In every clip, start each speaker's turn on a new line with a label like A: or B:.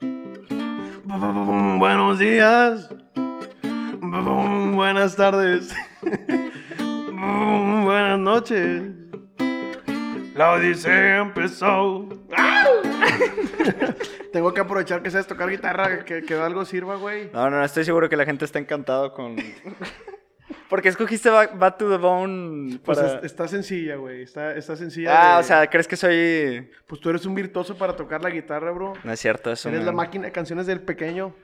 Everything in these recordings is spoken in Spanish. A: Mm, Buenos días. Mm, Buenas tardes. Mm, Buenas noches. La odisea empezó. Tengo que aprovechar que sabes tocar guitarra, que, que algo sirva, güey.
B: No, no, no, estoy seguro que la gente está encantado con... ¿Por qué escogiste Back, Back to the Bone
A: Pues
B: para...?
A: es- está sencilla, güey. Está, está sencilla.
B: ah,
A: de-
B: o sea, ¿crees que soy...?
A: Pues tú eres un virtuoso para tocar la guitarra, bro.
B: No es cierto eso,
A: Eres la
B: man.
A: máquina de canciones del pequeño.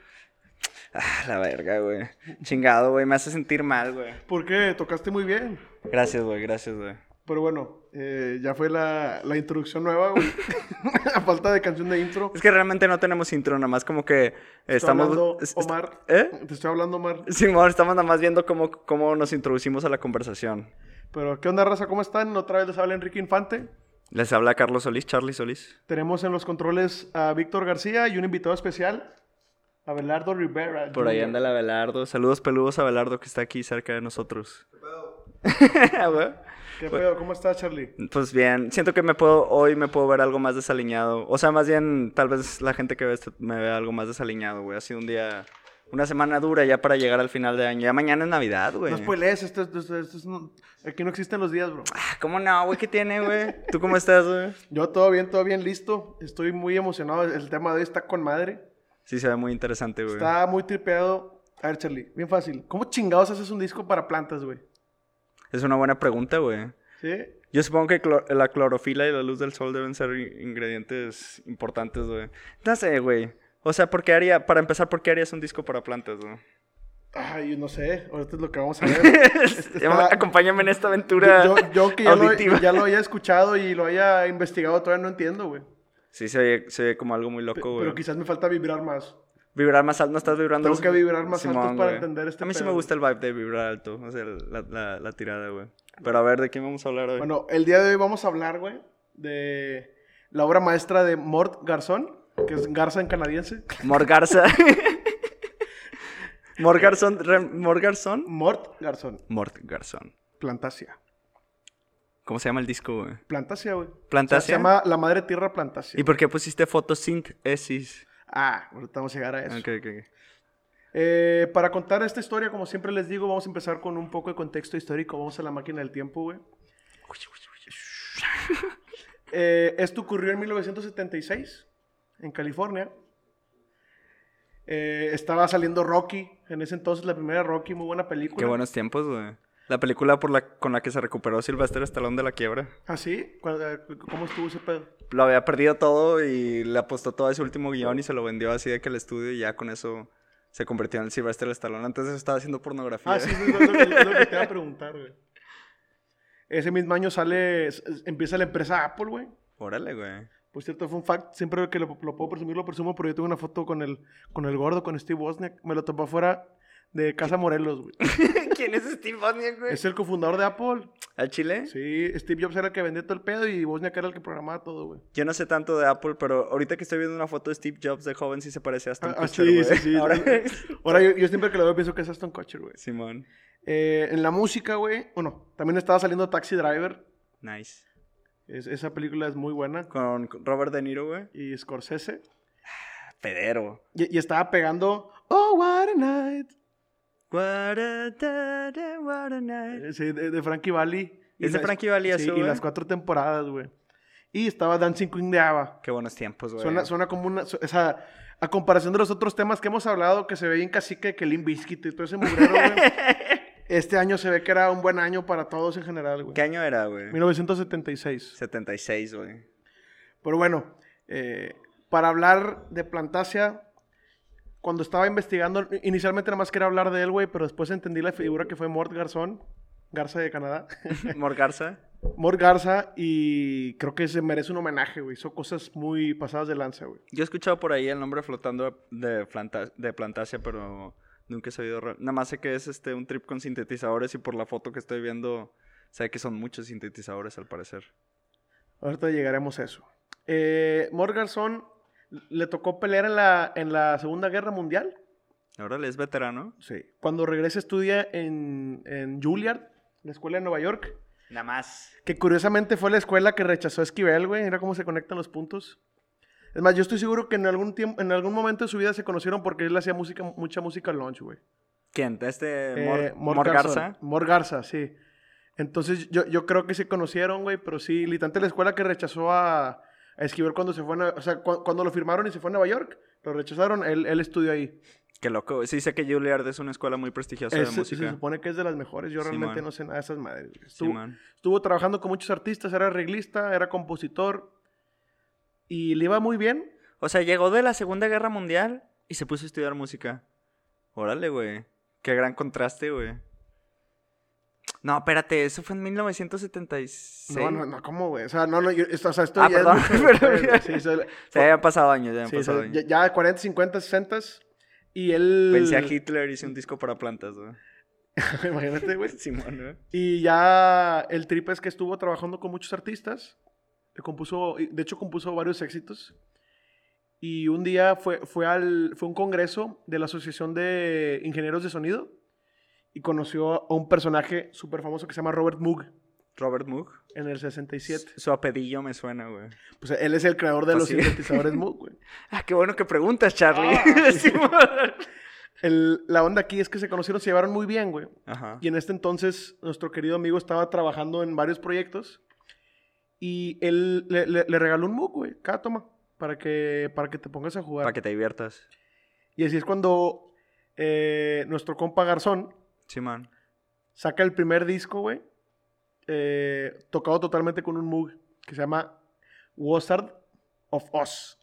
B: Ah, la verga, güey. Chingado, güey, me hace sentir mal, güey.
A: ¿Por qué? Tocaste muy bien.
B: Gracias, güey, gracias, güey.
A: Pero bueno, eh, ya fue la, la introducción nueva, güey. A falta de canción de intro.
B: Es que realmente no tenemos intro, nada más como que eh, estamos...
A: hablando
B: es- es-
A: Omar.
B: ¿Eh?
A: Te estoy hablando, Omar.
B: Simón, estamos nada más viendo cómo, cómo nos introducimos a la conversación.
A: Pero, ¿qué onda, raza? ¿Cómo están? Otra vez les habla Enrique Infante.
B: Les habla Carlos Solís, Charlie Solís.
A: Tenemos en los controles a Víctor García y un invitado especial, Abelardo Rivera.
B: Por ahí
A: Jr.
B: anda el Abelardo. Saludos peludos a Abelardo que está aquí cerca de nosotros. Ah, Güey.
A: ¿Qué pedo? ¿Cómo estás, Charlie?
B: pues bien, siento que me puedo, hoy me puedo ver algo más desaliñado. O sea, más bien, tal vez la gente que ve esto me vea algo más desaliñado, güey. Ha sido un día, una semana dura ya para llegar al final de año. Ya mañana es Navidad, güey.
A: No spoilees, esto, esto- esto- esto es un- aquí no existen los días, bro.
B: Ah, ¿Cómo no, güey? ¿Qué tiene, güey? ¿Tú cómo estás, güey?
A: Yo todo bien, todo bien, listo. Estoy muy emocionado. El tema de hoy está con madre.
B: Sí, se ve muy interesante, güey.
A: Está muy tripeado. A ver, Charlie, bien fácil. ¿Cómo chingados haces un disco para plantas, güey?
B: Es una buena pregunta, güey.
A: ¿Sí?
B: Yo supongo que clo- la clorofila y la luz del sol deben ser in- ingredientes importantes, güey. No sé, güey. O sea, ¿por qué haría, para empezar, ¿por qué harías un disco para plantas, güey?
A: Ay, no sé. Ahorita es lo que vamos a ver. Está-
B: Acompáñame en esta aventura
A: yo, yo- yo que ya lo,
B: auditiva.
A: ya lo haya escuchado y lo haya investigado, todavía no entiendo, güey.
B: Sí, se oye, se oye como algo muy
A: Pe-
B: loco, güey.
A: Pero quizás me falta vibrar más.
B: Vibrar más alto, no estás vibrando.
A: Tengo
B: lo
A: que
B: sufi-
A: vibrar más alto para
B: güey.
A: entender este
B: A mí sí
A: pedo,
B: me
A: güey.
B: gusta el vibe de vibrar alto, o sea, el- la, la- la tirada, güey. Pero a ver, ¿de quién vamos a hablar hoy?
A: Bueno, el día de hoy vamos a hablar, güey, de la obra maestra de Mort Garzón, que es Garza en canadiense.
B: Morgarza. Morgarzón. re- Morgarzón.
A: Mort Garzón,
B: Morgarzón.
A: Plantasia.
B: ¿Cómo se llama el disco, güey?
A: Plantasia, güey.
B: ¿Plantasia?
A: Se, se llama La Madre Tierra Plantasia.
B: ¿Y por qué pusiste fotosíntesis?
A: Ah, ahorita vamos a llegar a eso.
B: Ok, ok, ok.
A: Eh, para contar esta historia, como siempre les digo, vamos a empezar con un poco de contexto histórico. Vamos a la máquina del tiempo, güey. Eh, esto ocurrió en 1976, en California. Eh, estaba saliendo Rocky, en ese entonces la primera Rocky, muy buena película.
B: Qué buenos tiempos, güey. La película por la, con la que se recuperó Sylvester Stallone de la quiebra.
A: ¿Ah, sí? ¿Cuál- eh, ¿Cómo estuvo ese pedo?
B: Lo había perdido todo y le apostó todo a ese último guión y se lo vendió así de que el estudio y ya con eso se convirtió en el Sylvester Stallone. Antes estaba haciendo pornografía.
A: Ah, sí, sí, es lo que, es lo que te iba a preguntar, güey. Ese mismo año sale, s- s- empieza la empresa Apple, güey.
B: Órale, güey.
A: Por cierto, fue un fact. Siempre que lo, lo puedo presumir, lo presumo, pero yo tengo una foto con el, con el gordo, con Steve Wozniak. Me lo topé afuera de Casa Morelos, güey.
B: ¿Quién es Steve Wozniak, güey?
A: es el cofundador de Apple.
B: ¿Al Chile?
A: Sí, Steve Jobs era el que vendía todo el pedo y Wozniak era el que programaba todo, güey.
B: Yo no sé tanto de Apple, pero ahorita que estoy viendo una foto de Steve Jobs de joven sí se parece a Aston
A: Ah,
B: Kutcher,
A: sí,
B: güey.
A: sí, sí.
B: Ahora-
A: Ahora, yo, yo siempre que lo veo pienso que es Aston Kutcher, güey.
B: Simón.
A: Eh, en la música, güey, bueno, también estaba saliendo Taxi Driver.
B: Nice.
A: Es- esa película es muy buena.
B: Con Robert De Niro, güey.
A: Y Scorsese.
B: Pedero.
A: Y, y estaba pegando Oh, what a night.
B: What a da- da- what a night.
A: Eh, Sí, de, de Frankie Valli. Y
B: Es de
A: las-
B: Frankie Valli
A: sí,
B: eso,
A: y
B: güey.
A: las cuatro temporadas, güey. Y estaba Dancing Queen de ABBA.
B: Qué buenos tiempos, güey.
A: Suena, suena como una... su- o sea, a comparación de los otros temas que hemos hablado, que se ve bien cacique, que Limp Bizkit y todo ese mugrero, güey. este año se ve que era un buen año para todos en general, güey.
B: ¿Qué año era, güey?
A: 1976.
B: 76, güey.
A: Pero bueno, eh, para hablar de Plantasia, cuando estaba investigando, inicialmente nada más quería hablar de él, güey, pero después entendí la figura que fue Mort Garzón, Garza de Canadá.
B: Morgarza.
A: Mor Garza y creo que se merece un homenaje, güey. Hizo cosas muy pasadas de lanza, güey.
B: Yo he escuchado por ahí el nombre flotando de, planta, de Plantasia, pero nunca he sabido. re- Nada más sé que es este un trip con sintetizadores y por la foto que estoy viendo, sé que son muchos sintetizadores al parecer.
A: Ahorita llegaremos a eso. Eh, Mor Garzón le tocó pelear en la, en la Segunda Guerra Mundial.
B: Ahora es veterano.
A: Sí. Cuando regresa estudia en, en Juilliard, la escuela de Nueva York.
B: Nada más.
A: Que curiosamente fue la escuela que rechazó a Esquivel, güey. Mira cómo se conectan los puntos. Es más, yo estoy seguro que en algún tiempo, en algún momento de su vida se conocieron porque él hacía música, mucha música launch, güey.
B: ¿Quién? ¿Este Mor,
A: Eh,
B: Mor
A: Garza.
B: Garza?
A: Mor Garza, sí. Entonces yo, yo creo que se conocieron, güey, pero sí, Litante la escuela que rechazó a, a Esquivel cuando se fue a, Nue- o sea, cu- cuando lo firmaron y se fue a Nueva York, lo rechazaron, él, él estudió ahí.
B: Qué loco. güey. Sí, sé que Juilliard es una escuela muy prestigiosa
A: Es-
B: de
A: se,
B: música.
A: se supone que es de las mejores, yo
B: Sí,
A: realmente
B: man.
A: no sé nada de esas madres. güey.
B: Sí,
A: Estuvo,
B: man.
A: estuvo trabajando con muchos artistas, era arreglista, era compositor y le iba muy bien.
B: O sea, llegó de la Segunda Guerra Mundial y se puso a estudiar música. Órale, güey. Qué gran contraste, güey. No, espérate, eso fue en 1976.
A: No, no, no, ¿cómo, güey? O sea, no, no, yo, esto, o sea, esto
B: Ah,
A: ya es
B: perdón,
A: mucho después,
B: pero-
A: güey. Sí, se-
B: Se habían pasado años, ya habían
A: sí,
B: pasado
A: se-
B: años.
A: ya, ya 40, 50, 60 y él...
B: Pensé a Hitler, hice un disco para plantas, güey.
A: Imagínate, güey.
B: Simón, güey.
A: Y ya el trip es que estuvo trabajando con muchos artistas. Le compuso, y de hecho, compuso varios éxitos. Y un día fue, fue, al, fue a un congreso de la Asociación de Ingenieros de Sonido y conoció a un personaje súper famoso que se llama Robert Moog
B: Robert Moog.
A: en el 67.
B: Su apelillo me suena, güey.
A: Pues él es el creador de
B: Pues
A: los
B: sí.
A: sintetizadores Moog, güey.
B: Ah, qué bueno que preguntas, Charlie.
A: Ah.
B: Simón.
A: El- la onda aquí es que se conocieron, se llevaron muy bien, güey.
B: Ajá.
A: Y en este entonces, nuestro querido amigo estaba trabajando en varios proyectos. Y él le, le- le regaló un MOOC, güey. Cada toma. Para que, para que te pongas a jugar.
B: Para que te diviertas.
A: Y así es cuando eh, nuestro compa Garzón
B: Simón.
A: saca el primer disco, güey. eh, tocado totalmente con un MOOC. Que se llama Wizard of Oz.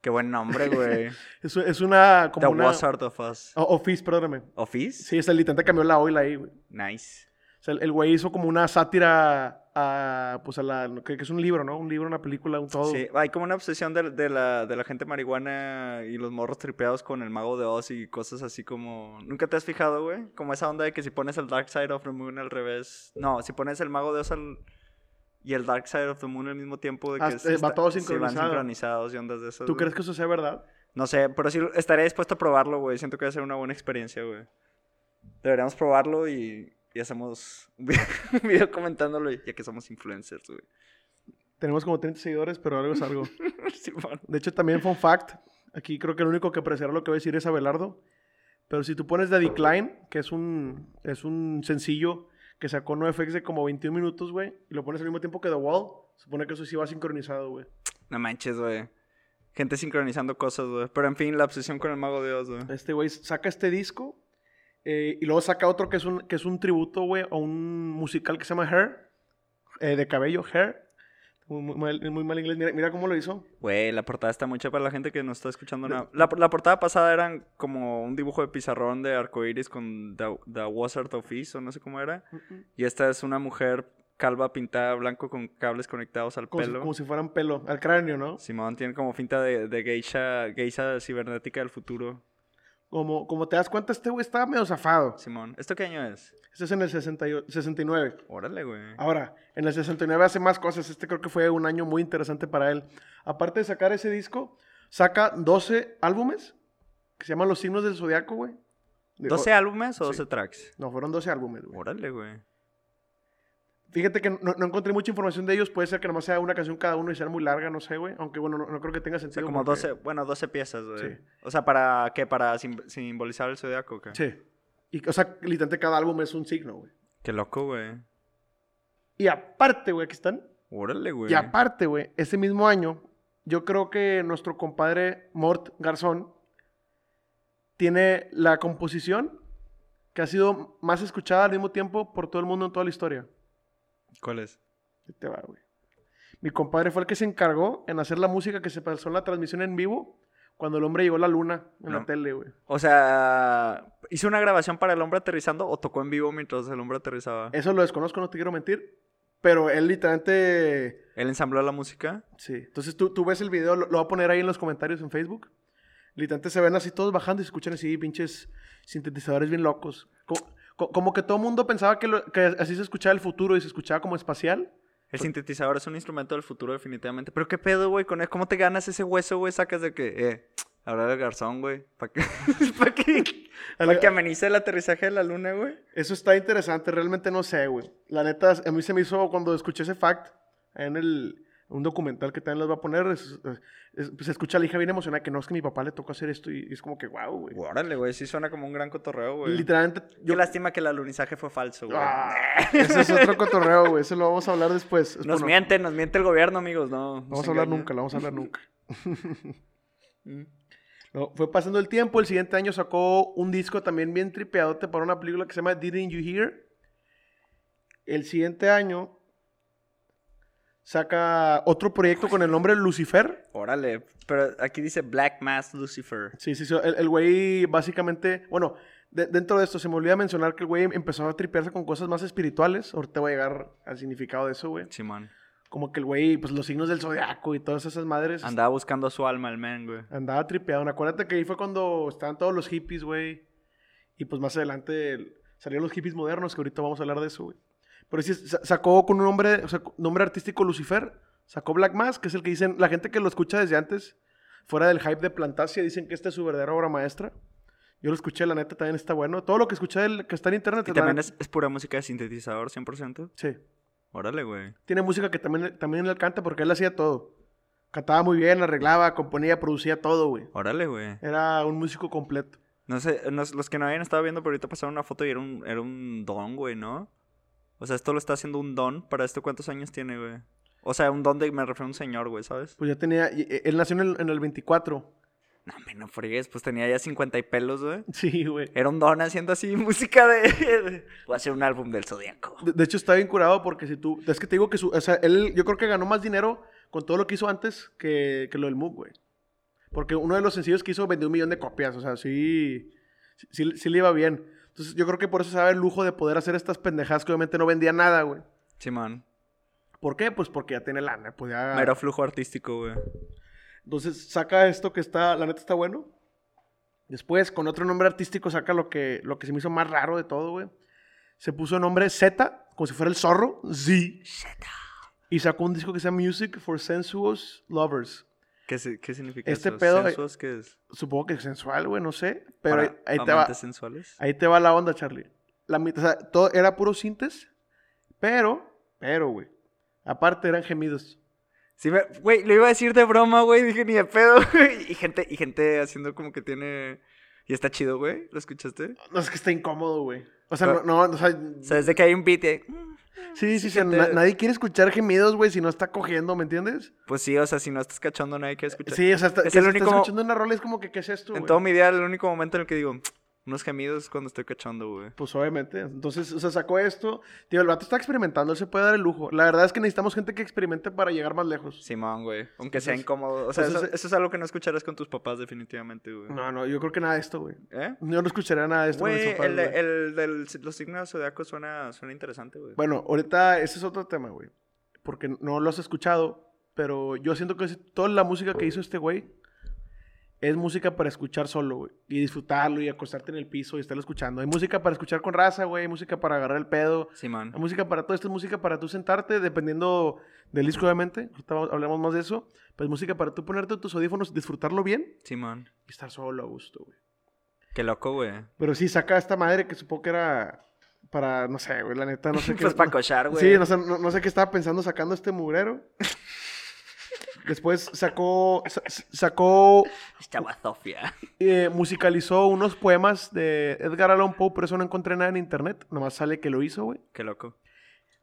B: Qué buen nombre, güey.
A: Es, es una...
B: The
A: Como una,
B: Wizard of Oz.
A: O- Office, perdóname.
B: ¿Office?
A: Sí, es el litante cambió la oila ahí, güey.
B: Nice.
A: O sea, el- el güey hizo como una sátira a, pues a la, que, que es un libro, ¿no? Un libro, una película, un todo.
B: Sí, hay como una obsesión de, de la, de la gente marihuana y los morros tripeados con el mago de Oz y cosas así como... ¿Nunca te has fijado, güey? Como esa onda de que si pones el Dark Side of the Moon al revés... No, si pones el mago de Oz al- y el Dark Side of the Moon al mismo tiempo... De que
A: Ah,
B: es-
A: eh, va todo
B: sí, van
A: sincronizado.
B: sincronizados y ondas de esas.
A: ¿Tú
B: güey.
A: crees que eso sea verdad?
B: No sé, pero sí estaré dispuesto a probarlo, güey. Siento que va a ser una buena experiencia, güey. Deberíamos probarlo y, y hacemos un video, un video comentándolo ya que somos influencers, güey.
A: Tenemos como 30 seguidores, pero algo es algo.
B: Simón.
A: De hecho, también fun fact. Aquí creo que el único que apreciará lo que voy a decir es Abelardo. Pero si tú pones The Decline, que es un, es un sencillo que sacó NoFX de como 21 minutos, güey, y lo pones al mismo tiempo que The Wall, supone que eso sí va sincronizado, güey.
B: No manches, güey. Gente sincronizando cosas, güey. Pero en fin, la obsesión con el mago de Oz, güey.
A: Este güey saca este disco eh, y luego saca otro que es un, que es un tributo, güey, a un musical que se llama Hair, eh, de cabello, Hair. Muy, muy mal, muy mal inglés, mira, mira cómo lo hizo.
B: Güey, la portada está mucha para la gente que nos está escuchando.
A: De-
B: nada. La, la portada pasada eran como un dibujo de pizarrón de arcoiris con The, The Wizard of Oz, o no sé cómo era. Y esta es una mujer calva pintada de blanco con cables conectados al
A: Como si,
B: pelo.
A: como si fueran pelo, al cráneo, ¿no?
B: Simón tiene como finta de, de geisha, geisha cibernética del futuro.
A: Como, como te das cuenta, este güey estaba medio zafado.
B: Simón, ¿esto qué año es?
A: Este es en el 60 y- 69.
B: Órale, güey.
A: Ahora, en el 69 hace más cosas. Este creo que fue un año muy interesante para él. Aparte de sacar ese disco, saca 12 álbumes que se llaman Los Signos del Zodiaco, güey. Digo,
B: ¿12 álbumes o
A: sí.
B: 12 tracks?
A: No, fueron 12 álbumes, güey.
B: Órale, güey.
A: Fíjate que no, no encontré mucha información de ellos. Puede ser que nomás sea una canción cada uno y sea muy larga, no sé, güey. Aunque bueno, no, no creo que tenga
B: O sea,
A: sentido.
B: como
A: porque-
B: 12, bueno, 12 piezas, güey.
A: Sí.
B: O sea, ¿para qué? ¿Para sim- simbolizar el zodiaco? o qué?
A: Sí. Y, o sea, literalmente cada álbum es un signo, güey.
B: Qué loco, güey.
A: Y aparte, güey, aquí están.
B: Órale, güey.
A: Y aparte, güey, ese mismo año, yo creo que nuestro compadre Mort Garzón tiene la composición que ha sido más escuchada al mismo tiempo por todo el mundo en toda la historia.
B: ¿Cuál es?
A: Ahí te va, güey. Mi compadre fue el que se encargó en hacer la música que se pasó en la transmisión en vivo cuando el hombre llegó a la luna en la
B: No.
A: tele, güey.
B: O sea, ¿hizo una grabación para el hombre aterrizando o tocó en vivo mientras el hombre aterrizaba?
A: Eso lo desconozco, no te quiero mentir. Pero él literalmente
B: ¿Él ensambló la música?
A: Sí. Entonces tú, tú ves el video, lo, lo voy a poner ahí en los comentarios en Facebook. Literalmente se ven así todos bajando y se escuchan así pinches sintetizadores bien locos. Co- co- Como, que todo el mundo pensaba que, lo- que así se escuchaba el futuro y se escuchaba como espacial.
B: El sintetizador es un instrumento del futuro, definitivamente. Pero qué pedo, güey, con él. ¿Cómo te ganas ese hueso, güey? Sacas de que, eh, hablar del garzón, güey. ¿Para que, pa' que, pa' que amenice el aterrizaje de la luna, güey?
A: Eso está interesante, realmente no sé, güey. La neta, a mí se me hizo cuando escuché ese fact en el, un documental que también les va a poner. es- es- se escucha a la hija bien emocionada que no, es que mi papá le tocó hacer esto y, y es como que, wow, güey.
B: Órale, güey, sí suena como un gran cotorreo, güey.
A: Literalmente,
B: Yo lástima que el alunizaje fue falso, güey.
A: Ah, ese es otro cotorreo, güey. Eso lo vamos a hablar después. Es
B: Nos
A: por-
B: miente, nos miente el gobierno, amigos,
A: No
B: no. nos
A: vamos a hablar
B: engaña.
A: nunca, lo vamos a hablar nunca.
B: Mm.
A: No, fue pasando el tiempo, el siguiente año sacó un disco también bien tripeadote para una película que se llama Didn't You Hear. El siguiente año saca otro proyecto con el nombre Lucifer.
B: Órale, pero aquí dice Black Mass Lucifer.
A: Sí, sí, sí. El, el güey básicamente, bueno, de- dentro de esto se me olvida mencionar que el güey empezó a tripearse con cosas más espirituales. Ahorita voy a llegar al significado de eso, güey.
B: Simón.
A: Como que el güey, pues los signos del zodiaco y todas esas madres.
B: Andaba buscando su alma el man, güey.
A: Andaba tripeado. Acuérdate que ahí fue cuando estaban todos los hippies, güey. Y pues más adelante el- salieron los hippies modernos, que ahorita vamos a hablar de eso, güey. Pero sí, sa- sacó con un nombre, o sea, con nombre artístico Lucifer, sacó Black Mass, que es el que dicen, la gente que lo escucha desde antes, fuera del hype de Plantasia, dicen que esta es su verdadera obra maestra. Yo lo escuché, la neta, también está bueno. Todo lo que escuché del que está en internet
B: Y
A: la
B: también
A: neta-
B: es, es pura música de sintetizador, 100%.
A: Sí.
B: Órale, güey.
A: Tiene música que también, también él canta, porque él hacía todo. Cantaba muy bien, arreglaba, componía, producía todo, güey.
B: Órale, güey.
A: Era un músico completo.
B: No sé, nos- los que no habían estado viendo, pero ahorita pasaron una foto y era un, era un don, güey, ¿no? O sea, esto lo está haciendo un don. ¿Para esto cuántos años tiene, güey? O sea, un don de me refiero a un señor, güey, ¿sabes?
A: Pues ya tenía. y- y- Él nació en el, en el 24.
B: No, me no fregues, pues tenía ya 50 y pelos, güey.
A: Sí, güey.
B: Era un don haciendo así música de... Voy a hacer un álbum del Zodíaco.
A: De, de hecho, está bien curado porque si tú. Es que te digo que su. O sea, él. Yo creo que ganó más dinero con todo lo que hizo antes que, que lo del MOOC, güey. Porque uno de los sencillos que hizo vendió un millón de copias. O sea, sí. Sí, sí- sí le iba bien. Entonces, yo creo que por eso se daba el lujo de poder hacer estas pendejadas que obviamente no vendía nada, güey.
B: Simón.
A: ¿Por qué? Pues porque ya tiene lana. Pues ya.
B: Mero flujo artístico, güey.
A: Entonces saca esto que está, la neta está bueno. Después, con otro nombre artístico, saca lo que, lo que se me hizo más raro de todo, güey. Se puso nombre Z, como si fuera el zorro, Z. Y sacó un disco que se llama Music for Sensuous Lovers.
B: ¿Qué, si- qué significa
A: Este
B: eso?
A: pedo-
B: ¿Sensuos qué es?
A: Supongo que sensual, güey, no sé. Pero
B: ¿Para
A: ahí, ahí te va,
B: amantes sensuales?
A: ahí te va la onda, Charlie. La mitad, o sea, todo era puro sintes, pero, pero, güey. Aparte eran gemidos.
B: Sí, me- güey, lo iba a decir de broma, güey. Dije, ni de pedo, güey. Y gente, y gente haciendo como que tiene... Y está chido, güey. ¿Lo escuchaste?
A: No, es que está incómodo, güey. O sea,
B: Pero-
A: no, no, o sea,
B: O sea, desde que hay un beat y hay-
A: Sí, sí, sí.
B: que
A: na-
B: te-
A: nadie quiere escuchar gemidos, güey, si no está cogiendo, ¿me entiendes?
B: Pues sí, o sea, si no estás cachando, nadie quiere escuchar.
A: Sí, o sea, está,
B: Es
A: que
B: el
A: estás
B: único-
A: escuchando una rola y es como que, ¿qué es esto,
B: en
A: güey?
B: todo mi día, el único momento en el que digo, unos gemidos es cuando estoy cachando, güey.
A: Pues obviamente. Entonces, o sea, sacó esto. Tío, el vato está experimentando, él se puede dar el lujo. La verdad es que necesitamos gente que experimente para llegar más lejos.
B: Simón, güey. Aunque sea
A: Entonces-
B: incómodo. O sea,
A: entonces-
B: eso, eso es algo que no escucharás con tus papás, definitivamente, güey.
A: pues No, no, yo creo que nada de esto, güey.
B: ¿Eh?
A: Yo no escucharía nada de esto. con mis
B: Güey,
A: papás,
B: el,
A: güey.
B: de- el de los signos zodiacos suena, suena interesante, güey.
A: Bueno, ahorita ese es otro tema, güey. Porque no lo has escuchado, pero yo siento que toda la música que hizo este güey es música para escuchar solo, güey. Y disfrutarlo y acostarte en el piso y estarlo escuchando. Hay música para escuchar con raza, güey. Hay música para agarrar el pedo.
B: Simón.
A: Hay música para todo esto. Es música para tú sentarte, dependiendo del disco, obviamente. Ahorita vamos- hablamos más de eso. Pues música para tú ponerte tus audífonos, disfrutarlo bien
B: Simón.
A: y estar solo a gusto, güey.
B: Qué loco, güey.
A: Pero sí, saca esta madre que supongo que era para, no sé, güey. La neta, no sé qué.
B: Pues para cochar, güey.
A: Sí, no sé, no- no sé qué estaba pensando sacando este mugrero. Después sacó, sa- sacó,
B: Estaba Sofía.
A: eh, musicalizó unos poemas de Edgar Allan Poe, pero eso no encontré nada en internet. Nomás sale que lo hizo, güey.
B: Qué loco.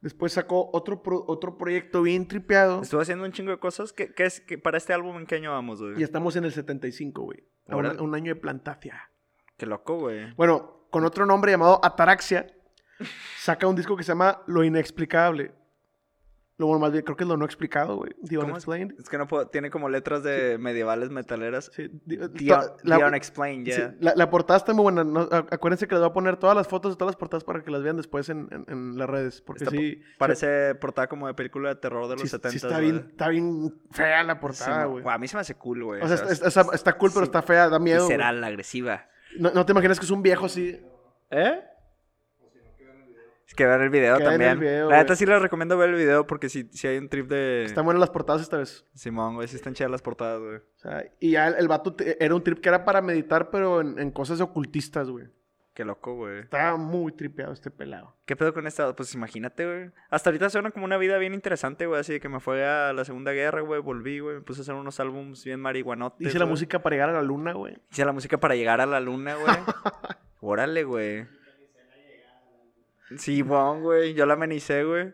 A: Después sacó otro, pro- otro proyecto bien tripeado.
B: Estuvo haciendo un chingo de cosas. ¿Qué, qué es, que para este álbum en qué año vamos,
A: Y
B: güey?
A: estamos en el 75, güey. A un,
B: Órale.
A: a un año de plantacia.
B: Qué loco, güey.
A: Bueno, con otro nombre llamado Ataraxia, saca un disco que se llama Lo Inexplicable. Lo bueno, más bien, creo que es lo no explicado, güey. The
B: ¿Cómo
A: Unexplained.
B: Es que no puedo... Tiene como letras de medievales metaleras.
A: Sí, di-
B: The,
A: to- la-
B: the Unexplained, ya.
A: Sí, la, la portada está muy buena. no- a- acuérdense que les voy a poner todas las fotos de todas las portadas para que las vean después en, en- en las redes. Porque
B: Está-
A: sí.
B: Parece portada como de película de terror de
A: sí-
B: los
A: sí
B: 70.
A: está, bien, está bien fea la portada, güey.
B: a mí se me hace cool, güey.
A: o sea, está, está- está cool, pero
B: sí.
A: está fea, da miedo. güey.
B: visceral, agresiva.
A: No, no te imaginas que es un viejo así.
B: ¿Eh? Es que ver el video
A: Que vean
B: también.
A: el video,
B: la neta
A: güey.
B: sí les recomiendo ver el video porque si, si hay un trip de
A: Están buenas las portadas esta vez.
B: Simón, güey, sí están chidas las portadas, güey.
A: O sea, y ya el, el vato te- era un trip que era para meditar, pero en, en cosas ocultistas, güey.
B: Qué loco, güey.
A: Está muy tripeado este pelado.
B: ¿Qué pedo con esta? Pues imagínate, güey. Hasta ahorita suena como una vida bien interesante, güey. Así de que me fue a la Segunda Guerra, güey. Volví, güey. Me puse a hacer unos álbums bien marihuanotes.
A: Hice la
B: güey.
A: música para llegar a la luna, güey.
B: Hice la música para llegar a la luna, güey. Órale, güey. Sí, bon, güey. Yo la amenicé, güey.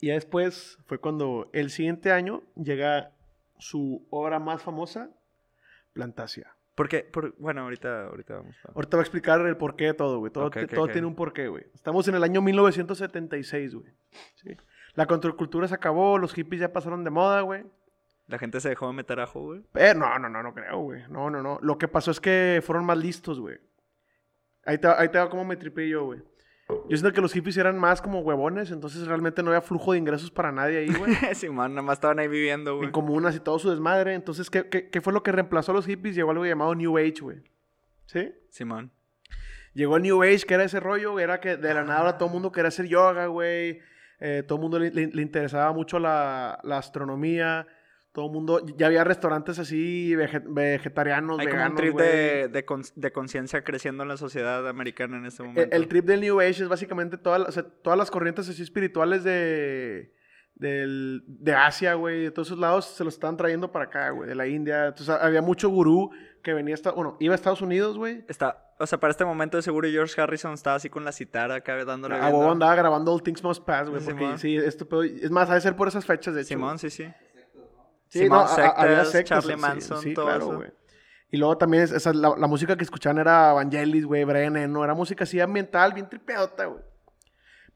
A: Y ya después fue cuando el siguiente año llega su obra más famosa, Plantasia.
B: Porque, por, bueno, ahorita, ahorita vamos. a-
A: Ahorita voy a explicar el porqué de todo, güey. Todo,
B: Ok,
A: te-
B: ok,
A: todo
B: ok.
A: tiene un porqué, güey. Estamos en el año 1976, güey. Sí. La contracultura se acabó, los hippies ya pasaron de moda, güey.
B: La gente se dejó de meter ajo, güey.
A: Eh, no, no, no, no creo, güey. No, no, no. Lo que pasó es que fueron más listos, güey. Ahí te, va- ahí te va como me tripeé yo, güey. Yo siento que los hippies eran más como huevones, entonces realmente no había flujo de ingresos para nadie ahí, güey.
B: sí, man, nada más estaban ahí viviendo, güey.
A: en comunas y todo su desmadre. Entonces, ¿qué, qué, qué fue lo que reemplazó a los hippies? Llegó algo llamado New Age, güey. ¿Sí?
B: Simón.
A: Llegó el New Age, que era ese rollo, güey, era que de la nada ahora todo el mundo quería hacer yoga, güey. Eh, todo el mundo le, le- le interesaba mucho la, la astronomía. Todo el mundo, ya había restaurantes así vege- vegetarianos,
B: Hay como
A: veganos,
B: un trip
A: güey. E-,
B: de, de, cons- de conciencia creciendo en la sociedad americana en este momento.
A: El, el trip del New Age es básicamente todas las- o sea, todas las corrientes así espirituales de, del- de Asia, güey, de todos esos lados se los estaban trayendo para acá, güey, de la India. Entonces ha- había mucho gurú que venía, a Esta- bueno, iba a Estados Unidos, güey.
B: Está, o sea, para este momento de seguro George Harrison estaba así con la citara acá dándole.
A: A
B: viendo.
A: huevo andaba grabando All Things Must Pass, güey,
B: Simón.
A: porque sí, esto pedo- es más, ha de ser por esas fechas, de hecho.
B: Simón, sí, sí.
A: Sí, no,
B: Simón,
A: a- a- había
B: sectas,
A: sectas,
B: Charlie
A: sí,
B: Manson,
A: sí,
B: todo
A: claro,
B: eso.
A: güey. Y luego también, es- esa- la, la música que escuchaban era Vangelis, güey, Brian Eno, era música así ambiental, bien tripeadota, güey.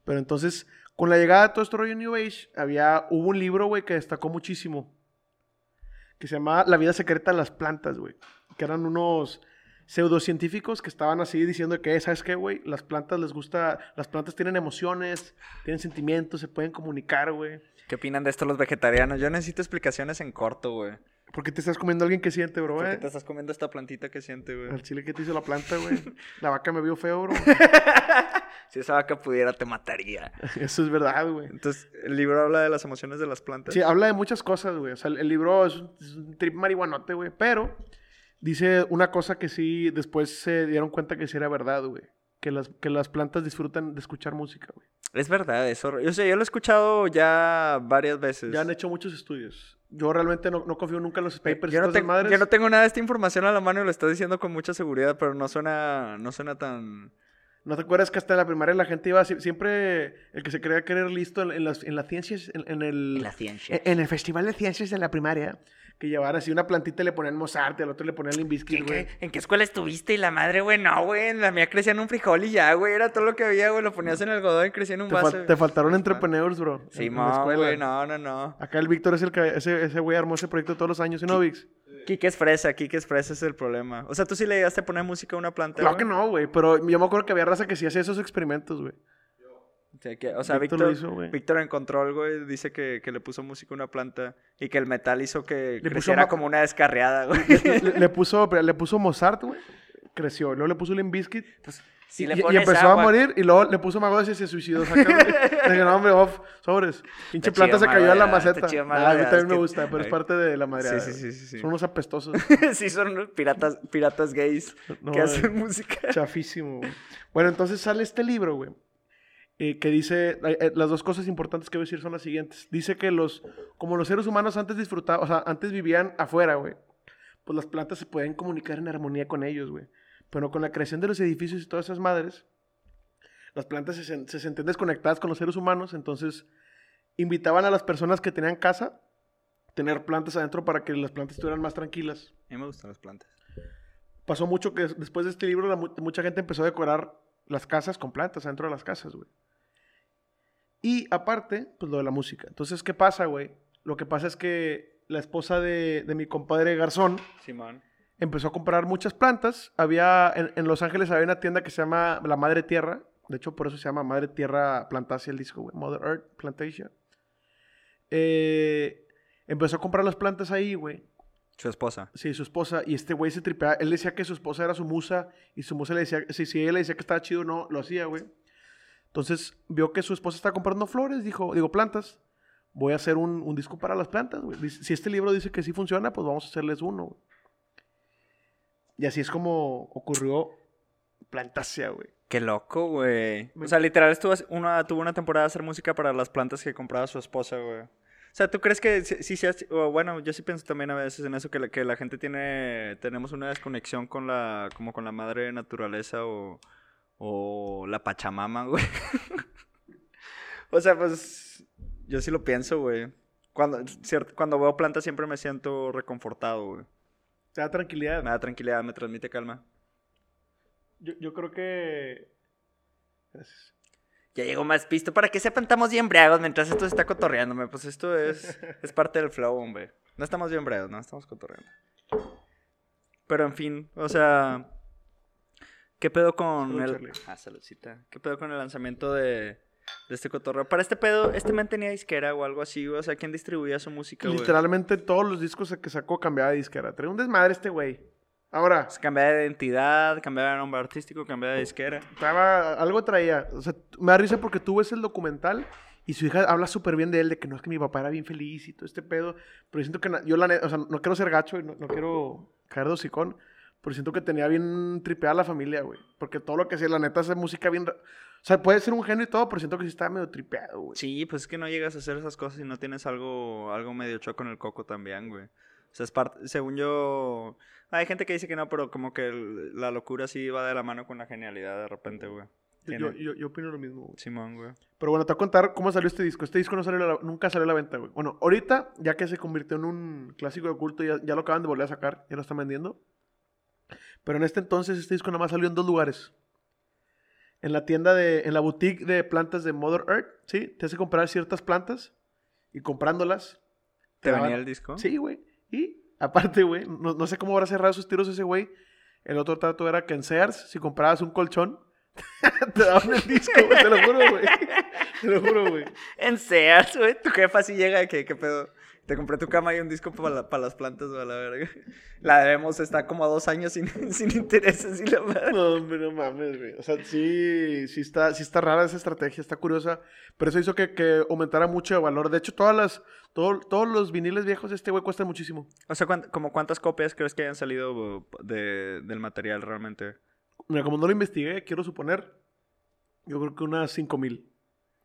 A: Pero entonces, con la llegada de todo este rollo New Age, había, hubo un libro, güey, que destacó muchísimo, que se llamaba La vida secreta de las plantas, güey, que eran unos pseudocientíficos que estaban así diciendo que, ¿sabes qué, güey? Las plantas les gusta, las plantas tienen emociones, tienen sentimientos, se pueden comunicar, güey.
B: ¿Qué opinan de esto los vegetarianos? Yo necesito explicaciones en corto, güey.
A: ¿Por qué te estás comiendo a alguien que siente, bro?
B: ¿Por qué
A: eh?
B: te estás comiendo esta plantita que siente,
A: El
B: güey?
A: chile que te hizo la planta, güey. La vaca me vio feo, bro.
B: Si esa vaca pudiera, te mataría.
A: Eso es verdad, güey.
B: Entonces, el libro habla de las emociones de las plantas.
A: Sí, habla de muchas cosas, güey. O sea, el, el libro es un, es un trip marihuanote, güey. Pero dice una cosa que sí, después se dieron cuenta que sí era verdad, güey. Que las, que las plantas disfrutan de escuchar música, güey.
B: Es verdad, eso. Yo sé, yo lo he escuchado ya varias veces.
A: Ya han hecho muchos estudios. Yo realmente no, no confío nunca en los
B: Eh,
A: papers.
B: yo, no
A: estas
B: tengo,
A: madres.
B: yo no tengo nada de esta información a la mano y lo estás diciendo con mucha seguridad, pero no suena, no suena tan...
A: ¿No te acuerdas que hasta la primaria la gente iba si- siempre el que se creía que era listo en, en las, en las ciencias, en, en el...
B: ciencia.
A: En E-, en el Festival de Ciencias de la primaria, que llevaban así una plantita y le ponían Mozart, y al otro le ponían Limbiskit,
B: ¿En
A: güey.
B: qué, en qué escuela estuviste? Y la madre, güey, no, güey. en La mía crecía en un frijol y ya, güey. Era todo lo que había, güey. Lo ponías en algodón y crecía en un
A: Te,
B: vaso.
A: fal- te faltaron entrepreneurs, bro. en-
B: Sí,
A: en la escuela.
B: güey. No, no, no.
A: Acá el Víctor es el que, ese, ese güey armó ese proyecto todos los años, ¿sí no, Vix?
B: Kike es fresa, Kike es fresa ese es el problema. O sea, tú sí le llegaste a poner música a una planta.
A: Claro que
B: güey?
A: no, güey, pero yo me acuerdo que había raza que sí hacía esos experimentos, güey.
B: O sea, que- o sea,
A: Víctor
B: Víctor,
A: lo hizo, güey.
B: Víctor en control, güey, dice que, que le puso música a una planta y que el metal hizo que
A: puso
B: creciera
A: ma-
B: como una descarriada, güey.
A: Le, le- le puso, le puso Mozart, güey, creció, y luego le puso Limbiskit.
B: Pues,
A: Y,
B: si le
A: y- y
B: pones
A: empezó
B: agua-
A: a morir y luego le puso Magodes y se suicidó. saca, güey. Le dije, no, hombre, off, sobres. Pinche
B: Está
A: planta
B: chido,
A: se cayó a la
B: madreada,
A: maceta.
B: está chido,
A: Nah, a mí
B: madreada,
A: también
B: es
A: me
B: que-
A: gusta, pero es
B: Ay.
A: parte de la madre.
B: sí, sí, sí, sí.
A: Son unos apestosos.
B: sí, son unos piratas, piratas gays
A: No,
B: que
A: eh.
B: hacen música.
A: Chafísimo, güey. Bueno, entonces sale este libro, güey. eh, que dice, eh, eh, las dos cosas importantes que voy a decir son las siguientes. Dice que los, como los seres humanos antes disfrutaban, o sea, antes vivían afuera, güey. Pues las plantas se pueden comunicar en armonía con ellos, güey. Pero con la creación de los edificios y todas esas madres, las plantas se, sen- se sentían desconectadas con los seres humanos, entonces invitaban a las personas que tenían casa tener plantas adentro para que las plantas estuvieran más tranquilas
B: A mí me gustan las plantas.
A: pasó mucho que des- después de este libro la mu- mucha gente empezó a decorar las casas con plantas dentro de las casas, güey. Y aparte, pues lo de la música. Entonces, ¿qué pasa, güey? Lo que pasa es que la esposa de, de mi compadre Garzón
B: Simón.
A: empezó a comprar muchas plantas. Había, en, en Los Ángeles había una tienda que se llama La Madre Tierra. De hecho, por eso se llama Madre Tierra Plantasia el disco, güey. Mother Earth Plantasia. Eh, empezó a comprar las plantas ahí, güey.
B: Su esposa.
A: Sí, su esposa. Y este güey se tripeaba. Él decía que su esposa era su musa. Y su musa le decía, si, si ella le decía que estaba chido, no, lo hacía, güey. Entonces vio que su esposa estaba comprando flores. Dijo, digo, plantas. Voy a hacer un, un disco para las plantas, güey. Dice, Si este libro dice que sí funciona, pues vamos a hacerles uno, güey. Y así es como ocurrió Plantasia, güey.
B: Qué loco, güey.
A: Me-
B: O sea, literal, estuvo hac- una, tuvo una temporada de hacer música para las plantas que compraba su esposa, güey. O sea, ¿tú crees que sí, sí, sí has- o bueno, yo sí pienso también a veces en eso, que la, que la gente tiene, tenemos una desconexión con la, como con la madre naturaleza o, o la pachamama, güey. o sea, pues, yo sí lo pienso, güey. Cuando, cier- cuando veo plantas siempre me siento reconfortado, güey.
A: Te da tranquilidad.
B: Me da tranquilidad, me transmite calma.
A: Yo, yo creo que. Gracias.
B: Ya llegó más pisto. Para que sepan, estamos bien breados mientras esto se está cotorreándome. Pues esto es, es parte del flow, hombre. No estamos bien breados, no, estamos cotorreando. Pero en fin, o sea. ¿Qué pedo con
A: Salud,
B: el.
A: Charlie.
B: Ah, saludcita. ¿Qué pedo con el lanzamiento de, de este cotorreo? Para este pedo, este man tenía disquera o algo así, güey. O sea, ¿quién distribuía su música, güey?
A: Literalmente todos los discos que sacó cambiaba de disquera. Trae un desmadre este güey. Ahora,
B: Se Pues, cambiaba de identidad, cambiaba de nombre artístico, cambiaba de disquera.
A: estaba, algo traía. O sea, me da risa porque tú ves el documental y su hija habla súper bien de él, de que no es que mi papá era bien feliz y todo este pedo. Pero yo siento que na- yo la neta, o sea, no quiero ser gacho y no, no quiero caer de hocicón. Pero siento que tenía bien tripeada la familia, güey. Porque todo lo que hacía, la neta, hace música bien. ra- O sea, puede ser un genio y todo, pero siento que sí estaba medio tripeado, güey.
B: Sí, pues es que no llegas a hacer esas cosas y no tienes algo, algo medio choco en el coco también, güey. O sea, es parte, según yo, hay gente que dice que no, pero como que el- la locura sí va de la mano con la genialidad de repente, güey.
A: Yo-
B: Tiene-
A: yo, yo, yo opino lo mismo, güey.
B: Simón, güey.
A: Pero bueno, te voy a contar cómo salió este disco. Este disco no salió a la- nunca salió a la venta, güey. Bueno, ahorita, ya que se convirtió en un clásico de culto, ya, ya lo acaban de volver a sacar, ya lo están vendiendo. Pero en este entonces, este disco nada más salió en dos lugares. En la tienda de, en la boutique de plantas de Mother Earth, ¿sí? Te hace comprar ciertas plantas y comprándolas.
B: ¿Te
A: daban-
B: venía el disco?
A: Sí, güey. Y aparte, güey, no, no sé cómo habrá cerrado sus tiros ese güey. El otro trato era que en Sears, si comprabas un colchón, te daban el disco, güey. Te lo juro, güey. Te lo juro, güey.
B: En Sears, güey. Tu jefa sí llega de que, qué pedo. Te compré tu cama y un disco para las plantas, güey, a la verga. La debemos, está como a dos años sin, sin intereses y la madre.
A: No, hombre, no mames, güey. O sea, sí, sí está, sí está rara esa estrategia, está curiosa. Pero eso hizo que, que aumentara mucho de valor. De hecho, todas las, todo- todos los viniles viejos de este güey cuestan muchísimo.
B: O sea, ¿cuán- como cuántas copias crees que hayan salido bo- de- del material realmente?
A: Mira, como no lo investigué, quiero suponer, yo creo que unas 5000.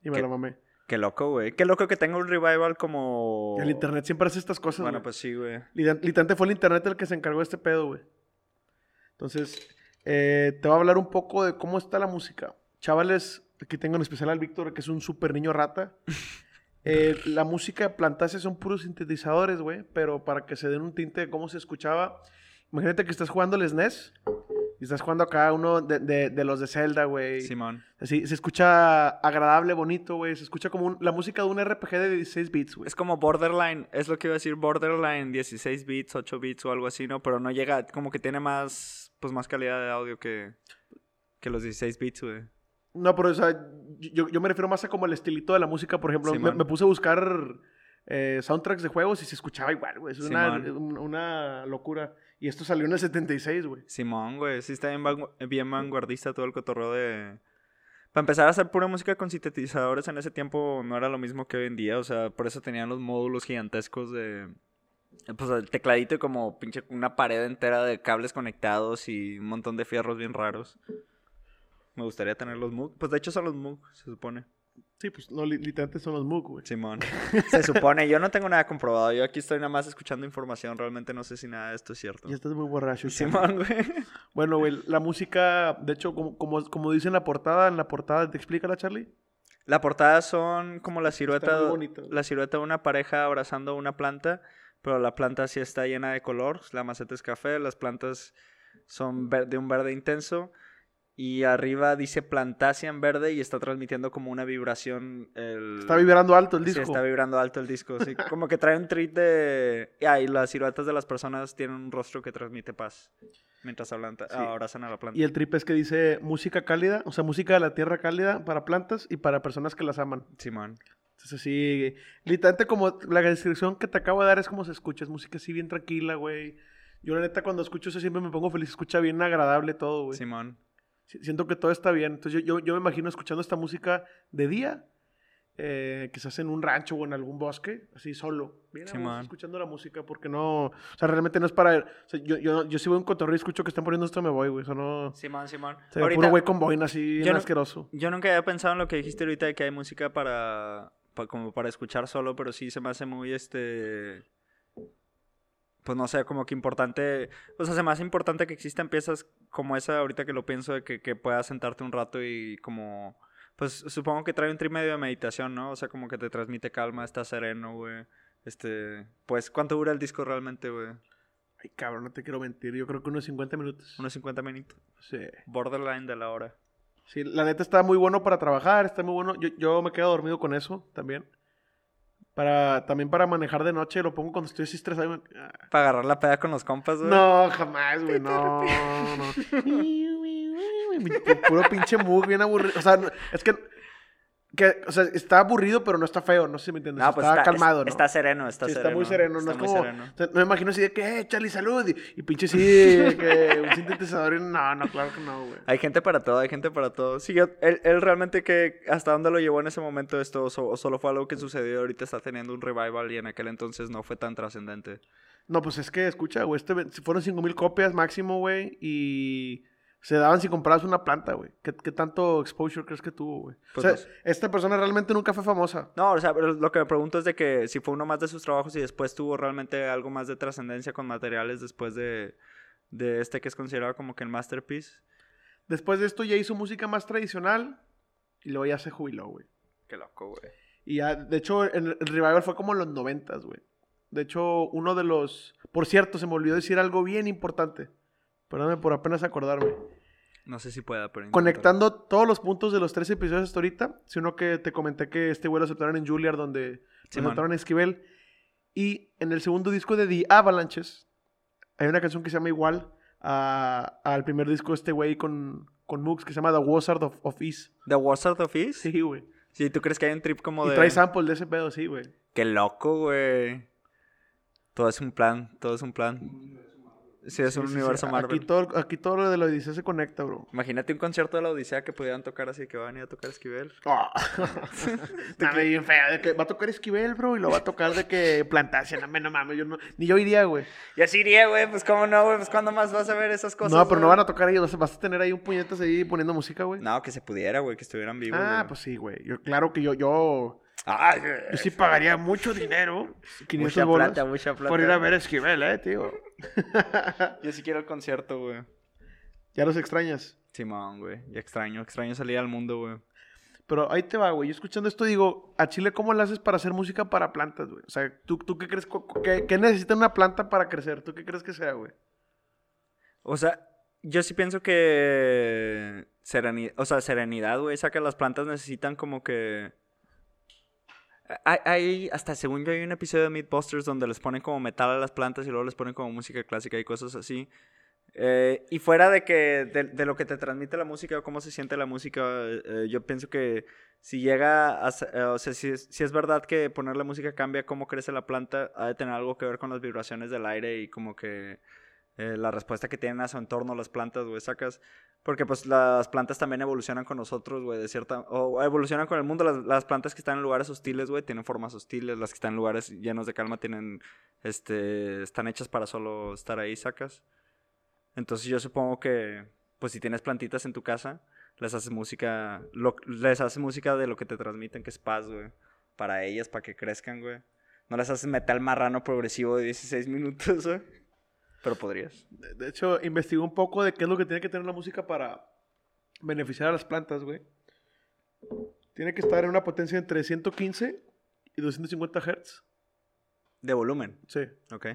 A: Y me
B: ¿Qué?
A: la mamé.
B: Qué loco, güey. Qué loco que tenga un revival como.
A: El internet siempre hace estas cosas,
B: Bueno,
A: güey.
B: pues sí, güey.
A: Liter- Literalmente fue el internet el que se encargó de este pedo, güey. Entonces, eh, te voy a hablar un poco de cómo está la música. Chavales, aquí tengo en especial al Víctor, que es un super niño rata. Eh, la música de Plantasia son puros sintetizadores, güey, pero para que se den un tinte de cómo se escuchaba. Imagínate que estás jugando el SNES E y estás jugando acá uno de, de- de los de Zelda, güey.
B: Simón.
A: Así, se escucha agradable, bonito, güey. Se escucha como un- la música de un RPG de 16 bits, güey.
B: Es como Borderline. Es lo que iba a decir. Borderline 16 bits, 8 bits o algo así, ¿no? Pero no llega. Como que tiene más. Pues más calidad de audio que. Que los 16 bits, güey.
A: No, pero o sea, yo, yo me refiero más a como el estilito de la música, por ejemplo. me,
B: Simón.
A: me puse a buscar eh, soundtracks de juegos y se escuchaba igual, güey. Es una, eh,
B: Simón.
A: un- una locura. Y esto salió en el 76, güey.
B: Simón, güey. Sí está bien, vangu- bien vanguardista todo el cotorreo de. Para empezar a hacer pura música con sintetizadores en ese tiempo no era lo mismo que hoy en día. O sea, por eso tenían los módulos gigantescos de. Pues el tecladito y como pinche una pared entera de cables conectados y un montón de fierros bien raros. Me gustaría tener los Moog. Pues de hecho son los Moog, se supone.
A: Sí, pues no, li- literalmente son los MOOC, güey.
B: Simón. Se supone. Yo no tengo nada comprobado. Yo aquí estoy nada más escuchando información. Realmente no sé si nada de esto es cierto.
A: Y estás muy borracho. Charlie.
B: Simón, güey.
A: Bueno, güey, la música, de hecho, como, como, como dice en la portada, en la portada, ¿te explica la Charlie?
B: La portada son como la silueta,
A: muy bonito.
B: la silueta de una pareja abrazando una planta, pero la planta sí está llena de color, la maceta es café, las plantas son ver- de un verde intenso y arriba dice plantasia en verde y está transmitiendo como una vibración. El...
A: Está vibrando alto el
B: Sí,
A: disco.
B: está vibrando alto el disco, sí, como que trae un treat de... Ah, y las siluetas de las personas tienen un rostro que transmite paz mientras hablan- abrazan a la planta.
A: y el trip es que dice música cálida, o sea, música de la tierra cálida para plantas y para personas que las aman.
B: Simón.
A: Entonces, así, literalmente como la descripción que te acabo de dar es como se escucha, es música así bien tranquila, güey. Yo la neta cuando escucho eso siempre me pongo feliz, se escucha bien agradable todo, güey.
B: Simón.
A: Si- Siento que todo está bien. Entonces yo, yo, yo me imagino escuchando esta música de día eh, quizás en un rancho o en algún bosque, así solo, bien a
B: Sí,
A: gusto,
B: man.
A: escuchando la música, porque no, o sea, realmente no es para, o sea, yo, yo, yo si voy a un cotorreo y escucho que están poniendo esto, me voy, güey, eso no, o
B: Simón, Simón.
A: sea, puro güey con boina así,
B: yo
A: bien
B: no-
A: asqueroso.
B: Yo nunca había pensado en lo que dijiste ahorita de que hay música para, pa- como para escuchar solo, pero sí se me hace muy este pues no sé, como que importante, o sea, se me hace importante que existan piezas como esa ahorita que lo pienso de que, que puedas sentarte un rato y como pues supongo que trae un tri medio de meditación, ¿no? O sea, como que te transmite calma, estás sereno, güey. Este, pues ¿cuánto dura el disco realmente, güey?
A: Ay, cabrón, no te quiero mentir, yo creo que unos 50 minutos.
B: Unos 50 minutos,
A: Sí.
B: borderline de la hora.
A: Sí, la neta está muy bueno para trabajar, está muy bueno. Yo, yo me quedo dormido con eso también. Para, también para manejar de noche, lo pongo cuando estoy así estresado. y me- ah.
B: Para agarrar la peda con los compas, güey.
A: No, jamás, güey, no, no. Pu- Puro pinche mug, bien aburrido. O sea, no- es que, que, o sea, está aburrido, pero no está feo, no sé si me entiendes. está, calmado, ¿no?
B: pues Está sereno, está
A: Sí,
B: sereno.
A: muy sereno,
B: está
A: no
B: muy
A: es como.
B: sereno.
A: o sea, no me imagino así de que, eh, Charlie, salud. Y, y pinche sí, de que un sintetizador. y- No, no, claro que no, güey.
B: Hay gente para todo, hay gente para todo. Sí, yo- él, él realmente que hasta dónde lo llevó en ese momento esto, o so- o solo fue algo que sucedió, ahorita está teniendo un revival y en aquel entonces no fue tan trascendente.
A: No, pues es que, escucha, güey, este, ven- fueron 5 mil copias máximo, güey, y se daban si comprabas una planta, güey. ¿Qué, qué tanto exposure crees que tuvo, güey?
B: Pues
A: o sea,
B: no sé.
A: esta persona realmente nunca fue famosa.
B: No, o sea, pero lo que me pregunto es de que si fue uno más de sus trabajos y después tuvo realmente algo más de trascendencia con materiales después de, de este que es considerado como que el masterpiece.
A: Después de esto ya hizo música más tradicional y luego ya se jubiló, güey.
B: Qué loco, güey.
A: Y ya, de hecho, el, el revival fue como en los noventas, güey. De hecho, uno de los... Por cierto, se me olvidó decir algo bien importante. Perdóname por apenas acordarme.
B: No sé si pueda, pero... intentaré.
A: Conectando todos los puntos de los tres episodios hasta ahorita, sino que te comenté que este güey lo aceptaron en Juilliard, donde lo
B: Simón.
A: aceptaron en Esquivel. Y en el segundo disco de The Avalanches, hay una canción que se llama igual a- al primer disco de este güey con, con Mooks, que se llama The Wizard of, of Ease.
B: The Wizard of East.
A: Sí, güey.
B: Sí, ¿tú crees que hay un trip como
A: Y
B: de...
A: trae sample de ese pedo, sí, güey.
B: Qué loco, güey. Todo es un plan, todo es un plan. Sí, es
A: Sí,
B: un
A: sí, sí.
B: universo Marvel.
A: Aquí todo, aquí todo lo de la Odisea se conecta, bro.
B: Imagínate un concierto de la Odisea que pudieran tocar así, que va a venir a tocar Esquivel.
A: Ah. Dame bien fea, de que va a tocar Esquivel, bro, y lo va a tocar de que Plantasia, no, me- no mames, yo no, ni yo iría, güey.
B: Y así iría, güey, pues cómo no, güey, pues cuándo más vas a ver esas cosas.
A: No, pero no
B: güey?
A: van a tocar ellos. Vas a tener ahí un puñetazo ahí poniendo música, güey.
B: No, que se pudiera, güey, que estuvieran vivos.
A: ah,
B: güey.
A: pues sí, güey. Yo, claro que yo, yo,
B: Ay,
A: yo sí pagaría mucho dinero. 500
B: mucha
A: bolas.
B: plata, mucha plata.
A: por ir a ver a Esquivel, eh, tío.
B: Yo sí quiero el concierto, güey.
A: ya los extrañas.
B: Simón, güey. Ya extraño, extraño salir al mundo, güey.
A: Pero ahí te va, güey. Yo escuchando esto digo, a Chile, ¿cómo le haces para hacer música para plantas, güey? O sea, ¿tú, tú qué crees? cu- cu- ¿Qué, qué necesita una planta para crecer? ¿Tú qué crees que sea, güey?
B: O sea, yo sí pienso que serenidad, o sea, serenidad, güey, esa que las plantas necesitan como que hay, hay- hasta según yo hay un episodio de Mythbusters donde les ponen como metal a las plantas y luego les ponen como música clásica y cosas así. Eh, y fuera de que de, de lo que te transmite la música o cómo se siente la música, eh, yo pienso que si llega a, se- eh, o sea, si es, si es verdad que poner la música cambia cómo crece la planta, ha de tener algo que ver con las vibraciones del aire y como que eh, la respuesta que tienen a su entorno las plantas, güey, sacas. Porque pues las plantas también evolucionan con nosotros, güey, de cierta... O evolucionan con el mundo. Las, las plantas que están en lugares hostiles, güey, tienen formas hostiles. Las que están en lugares llenos de calma tienen... Este... Están hechas para solo estar ahí, sacas. Entonces yo supongo que... Pues si tienes plantitas en tu casa, les haces música... lo- les haces música de lo que te transmiten, que es paz, güey. Para ellas, para que crezcan, güey. No les haces metal marrano progresivo de 16 minutos, güey. Pero podrías.
A: De de hecho, investigué un poco de qué es lo que tiene que tener la música para beneficiar a las plantas, güey. Tiene que estar en una potencia entre 115 y 250 Hz.
B: De volumen,
A: Sí.
B: ok.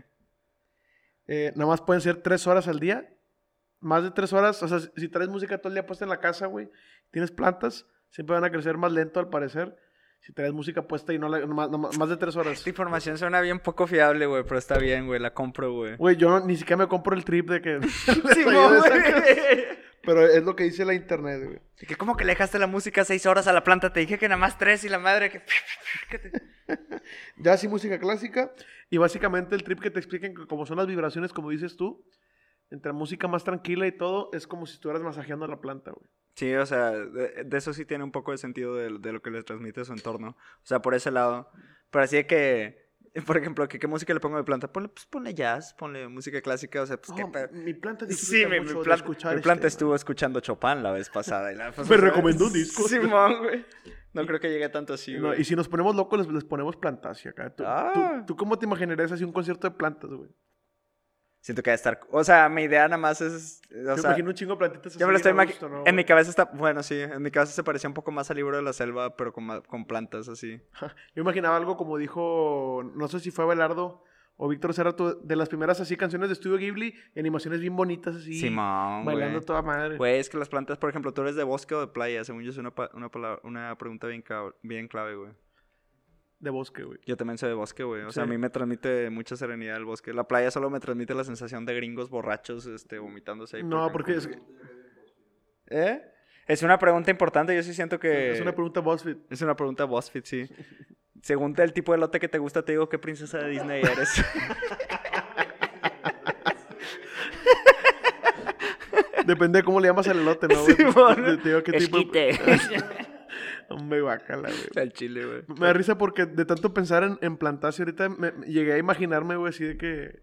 A: Eh, nada más pueden ser tres horas al día. Más de tres horas. O sea, si- si traes música todo el día puesta en la casa, güey, tienes plantas, siempre van a crecer más lento al parecer. Si traes música puesta y no la- no más, no más- más de tres horas.
B: Esta información suena bien poco fiable, güey, pero está bien, güey, la compro, güey.
A: Güey, yo no- ni siquiera me compro el trip de que. les
B: Simón,
A: ayudes a-
B: güey.
A: Pero es lo que dice la internet, güey.
B: De Que como que le dejaste la música seis horas a la planta, te dije que nada más tres y la madre que... que te-
A: Ya sí, música clásica. Y básicamente el trip que te expliquen que como son las vibraciones, como dices tú, entre música más tranquila y todo, es como si estuvieras masajeando a la planta, güey.
B: Sí, o sea, de, de eso sí tiene un poco de sentido de, de lo que les transmite su entorno. O sea, por ese lado. Pero así de que, por ejemplo, que, ¿qué música le pongo de planta? Ponle, pues, ponle jazz, ponle música clásica, o sea, pues qué
A: No,
B: pedo.
A: mi planta disfruta
B: Sí, mi, mi
A: mucho de
B: plan-
A: escuchar
B: mi planta
A: este-
B: estuvo escuchando Chopin la vez pasada. y la- pues,
A: Me recomendó un disco.
B: Simón, güey. No creo que llegue tanto así,
A: No,
B: güey.
A: y si nos ponemos locos, les, les ponemos plantasia acá. ¿Tú,
B: Ah.
A: tú- tú cómo te imaginarías así un concierto de plantas, güey?
B: Siento que va a estar. O sea, mi idea nada más es. O
A: Yo
B: sea,
A: imagino un chingo de plantitas
B: yo me lo
A: así
B: estoy
A: bien a
B: imagi-
A: gusto, ¿no,
B: En mi
A: güey?
B: cabeza está. Bueno, sí, en mi cabeza se parecía un poco más al libro de la selva, pero con, ma- con plantas así.
A: Yo imaginaba algo como dijo, no sé si fue Abelardo o Víctor Serra, tú- de las primeras así canciones de Estudio Ghibli, y animaciones bien bonitas así,
B: Simón,
A: bailando
B: güey.
A: toda madre.
B: Güey, es que las plantas, por ejemplo, tú eres de bosque o de playa, según yo es una, pa- una, palabra- una pregunta bien, cab- bien clave, güey.
A: De bosque, güey.
B: Yo también soy de bosque, güey. O sea, a
A: Sí.
B: mí me transmite mucha serenidad el bosque. La playa solo me transmite la sensación de gringos borrachos, este, vomitándose ahí. por
A: No,
B: Cancún.
A: porque es,
B: ¿Eh? Es una pregunta importante, yo sí siento que...
A: es una pregunta BuzzFeed.
B: Es una pregunta BuzzFeed, sí. Según el tipo de lote que te gusta, te digo qué princesa de Disney eres.
A: Depende de cómo le llamas al elote, ¿no, güey?
B: Simón.
A: Te- te digo qué tipo de-
B: Esquite.
A: Hombre, guácala, güey.
B: Al chile, güey.
A: Me da risa porque de tanto pensar en, en plantarse ahorita me- me llegué a imaginarme, güey, así de que...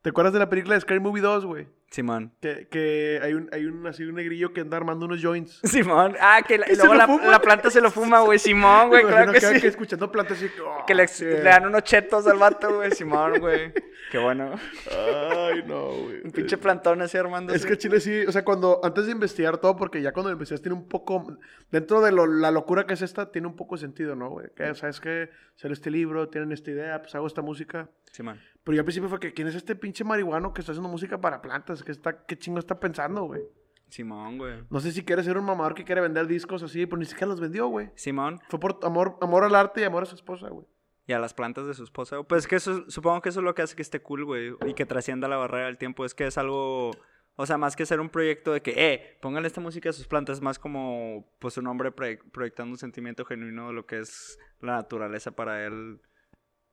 A: ¿Te acuerdas de la película de Scary Movie 2, güey?
B: Simón.
A: Que, que hay, un, hay un, así un negrillo que anda armando unos joints.
B: Simón. Ah, que la-
A: ¿Que se
B: luego
A: lo
B: la,
A: fuma?
B: la planta se lo fuma, güey. Simón, güey,
A: Me
B: claro
A: imagino
B: que
A: acá
B: sí.
A: escuchando plantas así... oh,
B: Que le,
A: sí.
B: le dan unos chetos al vato, güey. Simón, güey. Qué bueno.
A: Ay, no, güey.
B: Un pinche plantón así armando.
A: Es que el Chile sí, o sea, cuando antes de investigar todo, porque ya cuando lo investigas tiene un poco, dentro de lo- la locura que es esta, tiene un poco de sentido, ¿no, güey? Que, sabes que sale este libro, tienen esta idea, pues hago esta música.
B: Simón.
A: Pero yo al principio fue que, ¿quién es este pinche marihuano que está haciendo música para plantas? ¿Qué, está, qué chingo está pensando, güey?
B: Simón, güey.
A: No sé si quiere ser un mamador que quiere vender discos así, pero ni siquiera los vendió, güey.
B: Simón.
A: Fue por amor, amor al arte y amor a su esposa, güey.
B: Y a las plantas de su esposa. Pues es que eso, supongo que eso es lo que hace que esté cool, güey. Y que trascienda la barrera del tiempo. Es que es algo. O sea, más que ser un proyecto de que, eh, pónganle esta música a sus plantas, más como, pues, un hombre proye- proyectando un sentimiento genuino de lo que es la naturaleza para él,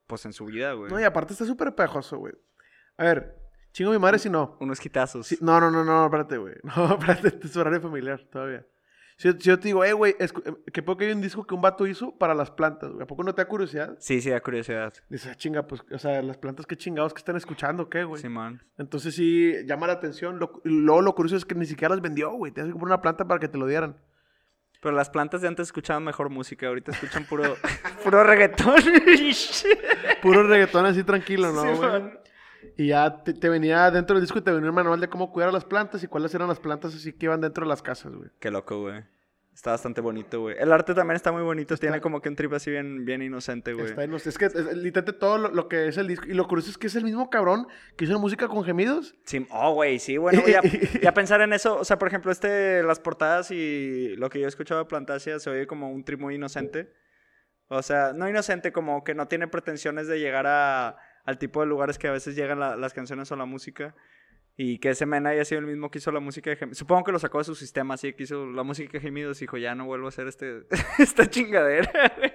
B: pues, en su vida, güey.
A: No, y aparte está súper pejoso, güey. A ver, chingo mi madre si no.
B: Unos quitazos.
A: Sí, no, no, no, no, espérate, güey. No, espérate, este es horario familiar todavía. Si, yo- si yo te digo, eh, güey, escu- eh, que poco hay un disco que un vato hizo para las plantas, güey. ¿A poco no te da curiosidad?
B: Sí, sí, da curiosidad.
A: Dices, ah, chinga, pues, o sea, las plantas, qué chingados que están escuchando, qué, güey.
B: Simón.
A: Entonces sí, llama la atención. Lo, y luego lo curioso es que ni siquiera las vendió, güey. Tienes que comprar una planta para que te lo dieran.
B: Pero las plantas de antes escuchaban mejor música, ahorita escuchan puro, puro reggaetón.
A: Puro reggaetón así tranquilo, ¿no, güey?
B: Simón.
A: Y ya te, te venía dentro del disco y te venía un manual de cómo cuidar a las plantas y cuáles eran las plantas así que iban dentro de las casas, güey.
B: Qué loco, güey. Está bastante bonito, güey. El arte también está muy bonito. Tiene como que un trip así bien, bien inocente, güey.
A: Está en los- es que es- es- literalmente todo lo, lo que es el disco. Y lo curioso es que es el mismo cabrón que hizo la música con gemidos.
B: Sí, oh, güey, sí, bueno, ya, ya pensar en eso. O sea, por ejemplo, este, las portadas y lo que yo he escuchado de Plantasia se oye como un trip muy inocente. O sea, no inocente, como que no tiene pretensiones de llegar a, al tipo de lugares que a veces llegan la- las canciones o la música. Y que ese men haya sido el mismo que hizo la música de Gemidos. Supongo que lo sacó de su sistema, así que hizo la música de Gemidos y dijo, ya no vuelvo a hacer este, esta chingadera, güey.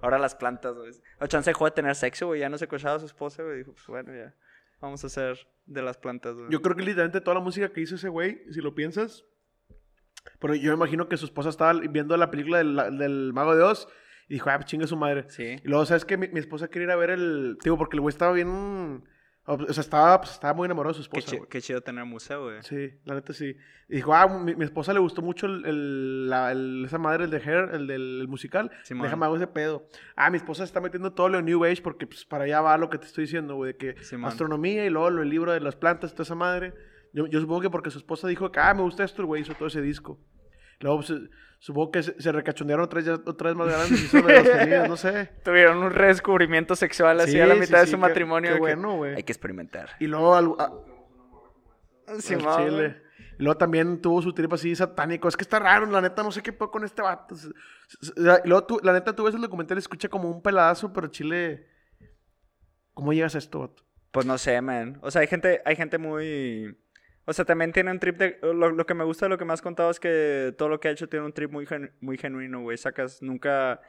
B: Ahora las plantas, güey. O chance dejó de tener sexo, güey. Ya no se cochaba a su esposa, güey. Dijo, pues bueno, ya. Vamos a hacer de las plantas, güey.
A: Yo creo que literalmente toda la música que hizo ese güey, si lo piensas. Pero yo imagino que su esposa estaba viendo la película del, del Mago de Oz y dijo, ah, chinga su madre.
B: Sí.
A: Y luego, ¿sabes que Mi, mi esposa quería ir a ver el. Digo, porque el güey estaba bien. O sea, estaba, pues, estaba muy enamorado de su
B: Qué,
A: esposa.
B: chi-
A: güey.
B: qué chido tener museo, güey.
A: Sí, la neta sí. Y dijo, ah, mi, mi esposa le gustó mucho el, el- la- el- esa madre, el de Hair, el del el musical.
B: Simón.
A: Déjame hago ese pedo. Ah, mi esposa se está metiendo todo lo New Age porque pues, para allá va lo que te estoy diciendo, güey, de que
B: Simón.
A: astronomía y luego lo- el libro de las plantas, toda esa madre. Yo, yo supongo que porque su esposa dijo que, ah, me gusta esto, el güey hizo todo ese disco. Luego, pues, supongo que se, se recachondearon otra vez, ya- otra vez más grandes y hizo lo de los gemidos, no sé.
B: Tuvieron un redescubrimiento sexual así
A: Sí,
B: a la mitad
A: sí,
B: de
A: sí,
B: su
A: qué-
B: matrimonio.
A: qué
B: de que
A: bueno, güey.
B: Hay que experimentar.
A: Y luego al- a- al
B: Simón,
A: chile.
B: güey.
A: Y luego también tuvo su trip así satánico. Es que está raro, la neta, no sé qué puedo con este vato. S- s- s- Y luego tú, la neta, tú ves el documental y escucha como un peladazo, pero Chile. ¿Cómo llegas a esto, vato?
B: Pues no sé, man. O sea, hay gente, hay gente muy. O sea, también tiene un trip de. Lo, lo que me gusta de lo que me has contado es que todo lo que ha hecho tiene un trip muy, genu- muy genuino, güey. Sacas nunca.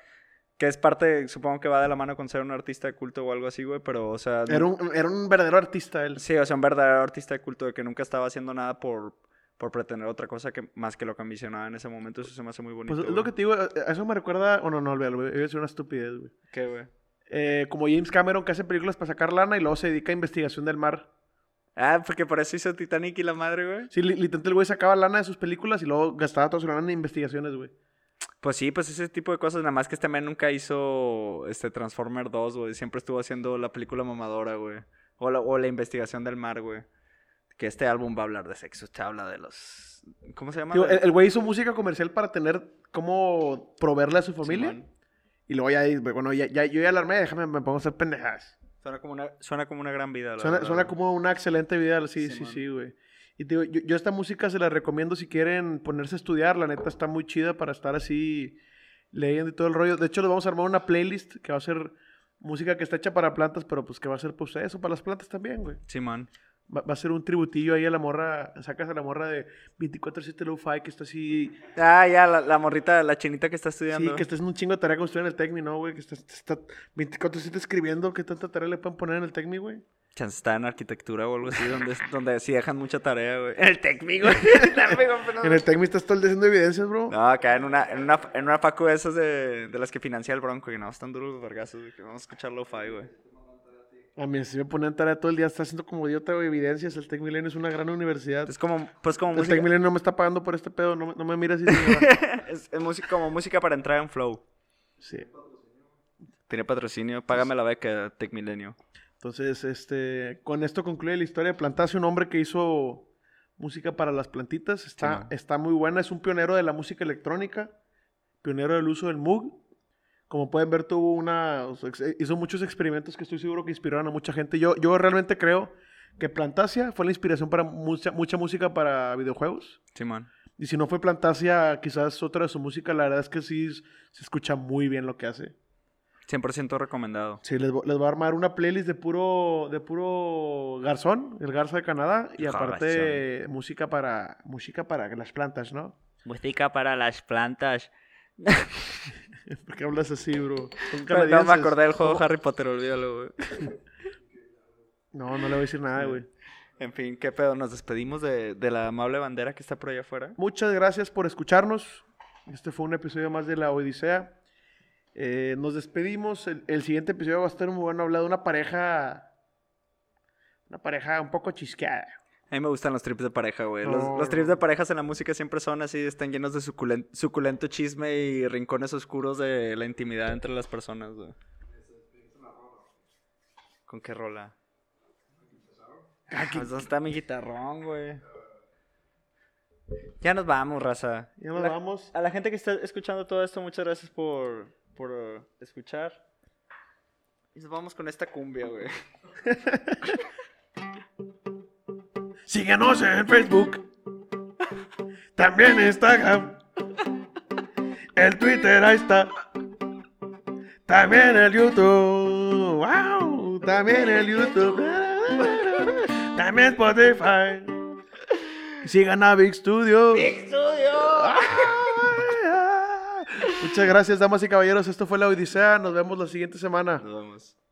B: Que es parte, supongo que va de la mano con ser un artista de culto o algo así, güey. Pero, o sea.
A: Era un, era un verdadero artista él.
B: Sí, o sea, un verdadero artista de culto de que nunca estaba haciendo nada por, por pretender otra cosa que, más que lo que ambicionaba en ese momento. Eso se me hace muy bonito.
A: Pues es
B: güey.
A: lo que te digo, a- a eso me recuerda. O no, no, olvídalo, güey. Iba a decir una estupidez, güey.
B: ¿Qué, güey?
A: Eh, como James Cameron que hace películas para sacar lana y luego se dedica a investigación del mar.
B: Ah, porque por eso hizo Titanic y la madre, güey.
A: Sí, li- literalmente el güey sacaba lana de sus películas y luego gastaba toda su lana en investigaciones, güey.
B: Pues sí, pues ese tipo de cosas. Nada más que este man nunca hizo este Transformer 2, güey. Siempre estuvo haciendo la película mamadora, güey. O la, o la investigación del mar, güey. Que este álbum va a hablar de sexo. Este habla de los. ¿Cómo se llama?
A: Digo,
B: De-
A: el el güey hizo música comercial para tener cómo proveerle a su familia.
B: Simón.
A: Y luego ya, dice, bueno, ya, ya- yo ya alarmé, déjame, me pongo a hacer pendejadas.
B: Suena como una, suena como una gran vida. la
A: Suena,
B: verdad,
A: suena
B: güey.
A: como una excelente vida, sí, sí,
B: Simón.
A: sí, güey. Y te digo, yo, yo esta música se la recomiendo si quieren ponerse a estudiar, la neta está muy chida para estar así leyendo y todo el rollo. De hecho, les vamos a armar una playlist que va a ser música que está hecha para plantas, pero pues que va a ser pues eso, para las plantas también, güey.
B: Simón.
A: Va, va a ser un tributillo ahí a la morra, sacas a la morra de 24-7 Lo-Fi que está así
B: Ah, ya, la, la morrita, la chinita que está
A: Sí,
B: estudiando.
A: que estés en un chingo de tarea como estuviera en el Tecmi, ¿no, güey? Que estás, está 24-7 escribiendo. ¿Qué tanta tarea le pueden poner en el Tecmi, güey?
B: Chance está en arquitectura o algo así, donde, donde sí dejan mucha tarea, güey. En el Tecmi, güey.
A: En el Tecmi estás todo el día haciendo evidencias, bro.
B: No, acá en una, en una, en una facu de esas de, de las que financia el Bronco, y no, están duros los vergazos, güey, que vamos a escuchar lo-fi, güey.
A: A mí si me ponían tarea todo el día. Está haciendo como idiota güey, evidencias. El Tecmilenio es una gran universidad.
B: Es como, pues como
A: el
B: música,
A: Tecmilenio no me está pagando por este pedo. No, me- no me mires "Ah, así. señora.
B: es, es música, como música para entrar en flow.
A: sí.
B: Tiene patrocinio, págame la beca, Tech Milenio.
A: Entonces, este, con esto concluye la historia de Plantacio, un hombre que hizo música para las plantitas. Está,
B: Simón.
A: está muy buena, es un pionero de la música electrónica, pionero del uso del Moog. Como pueden ver, tuvo una, o sea, ex- eh, hizo muchos experimentos que estoy seguro que inspiraron a mucha gente. Yo, yo realmente creo que Plantasia fue la inspiración para mucha, mucha música para videojuegos.
B: Simón.
A: Y si no fue Plantasia, quizás otra de su música, la verdad es que sí se escucha muy bien lo que hace.
B: 100% recomendado.
A: Sí, les, vo- les voy a armar una playlist de puro, de puro garzón, el garza de Canadá, y aparte música para música para las plantas, ¿no?
B: Música para las plantas.
A: ¿Por qué hablas así, bro? Son
B: no
A: canadienses.
B: me acordé del juego Harry Potter, olvídalo, güey.
A: No, no le voy a decir nada, güey.
B: En fin, qué pedo, nos despedimos de, de la amable bandera que está por allá afuera.
A: Muchas gracias por escucharnos. Este fue un episodio más de La Odisea. Eh, nos despedimos. El, el siguiente episodio va a estar muy bueno. Hablar de una pareja. Una pareja un poco chisqueada.
B: A mí me gustan los trips de pareja, güey. Los,
A: No,
B: los
A: no.
B: trips de parejas en la música siempre son así, están llenos de suculen- suculento chisme y rincones oscuros de la intimidad entre las personas, güey. ¿Con qué rola? Ah, pues, ¿Dónde está mi guitarrón, güey? Ya nos vamos, raza.
A: Ya nos
B: La-
A: vamos.
B: A la gente que está escuchando todo esto, muchas gracias por, por eh, escuchar. Y nos vamos con esta cumbia, güey.
A: Síguenos en Facebook. También Instagram. El Twitter ahí está. También el YouTube. ¡Wow! También el YouTube. También Spotify. Sigan a Big Studio. Muchas gracias, damas y caballeros. Esto fue La Odisea. Nos vemos la siguiente semana.
B: Nos vamos.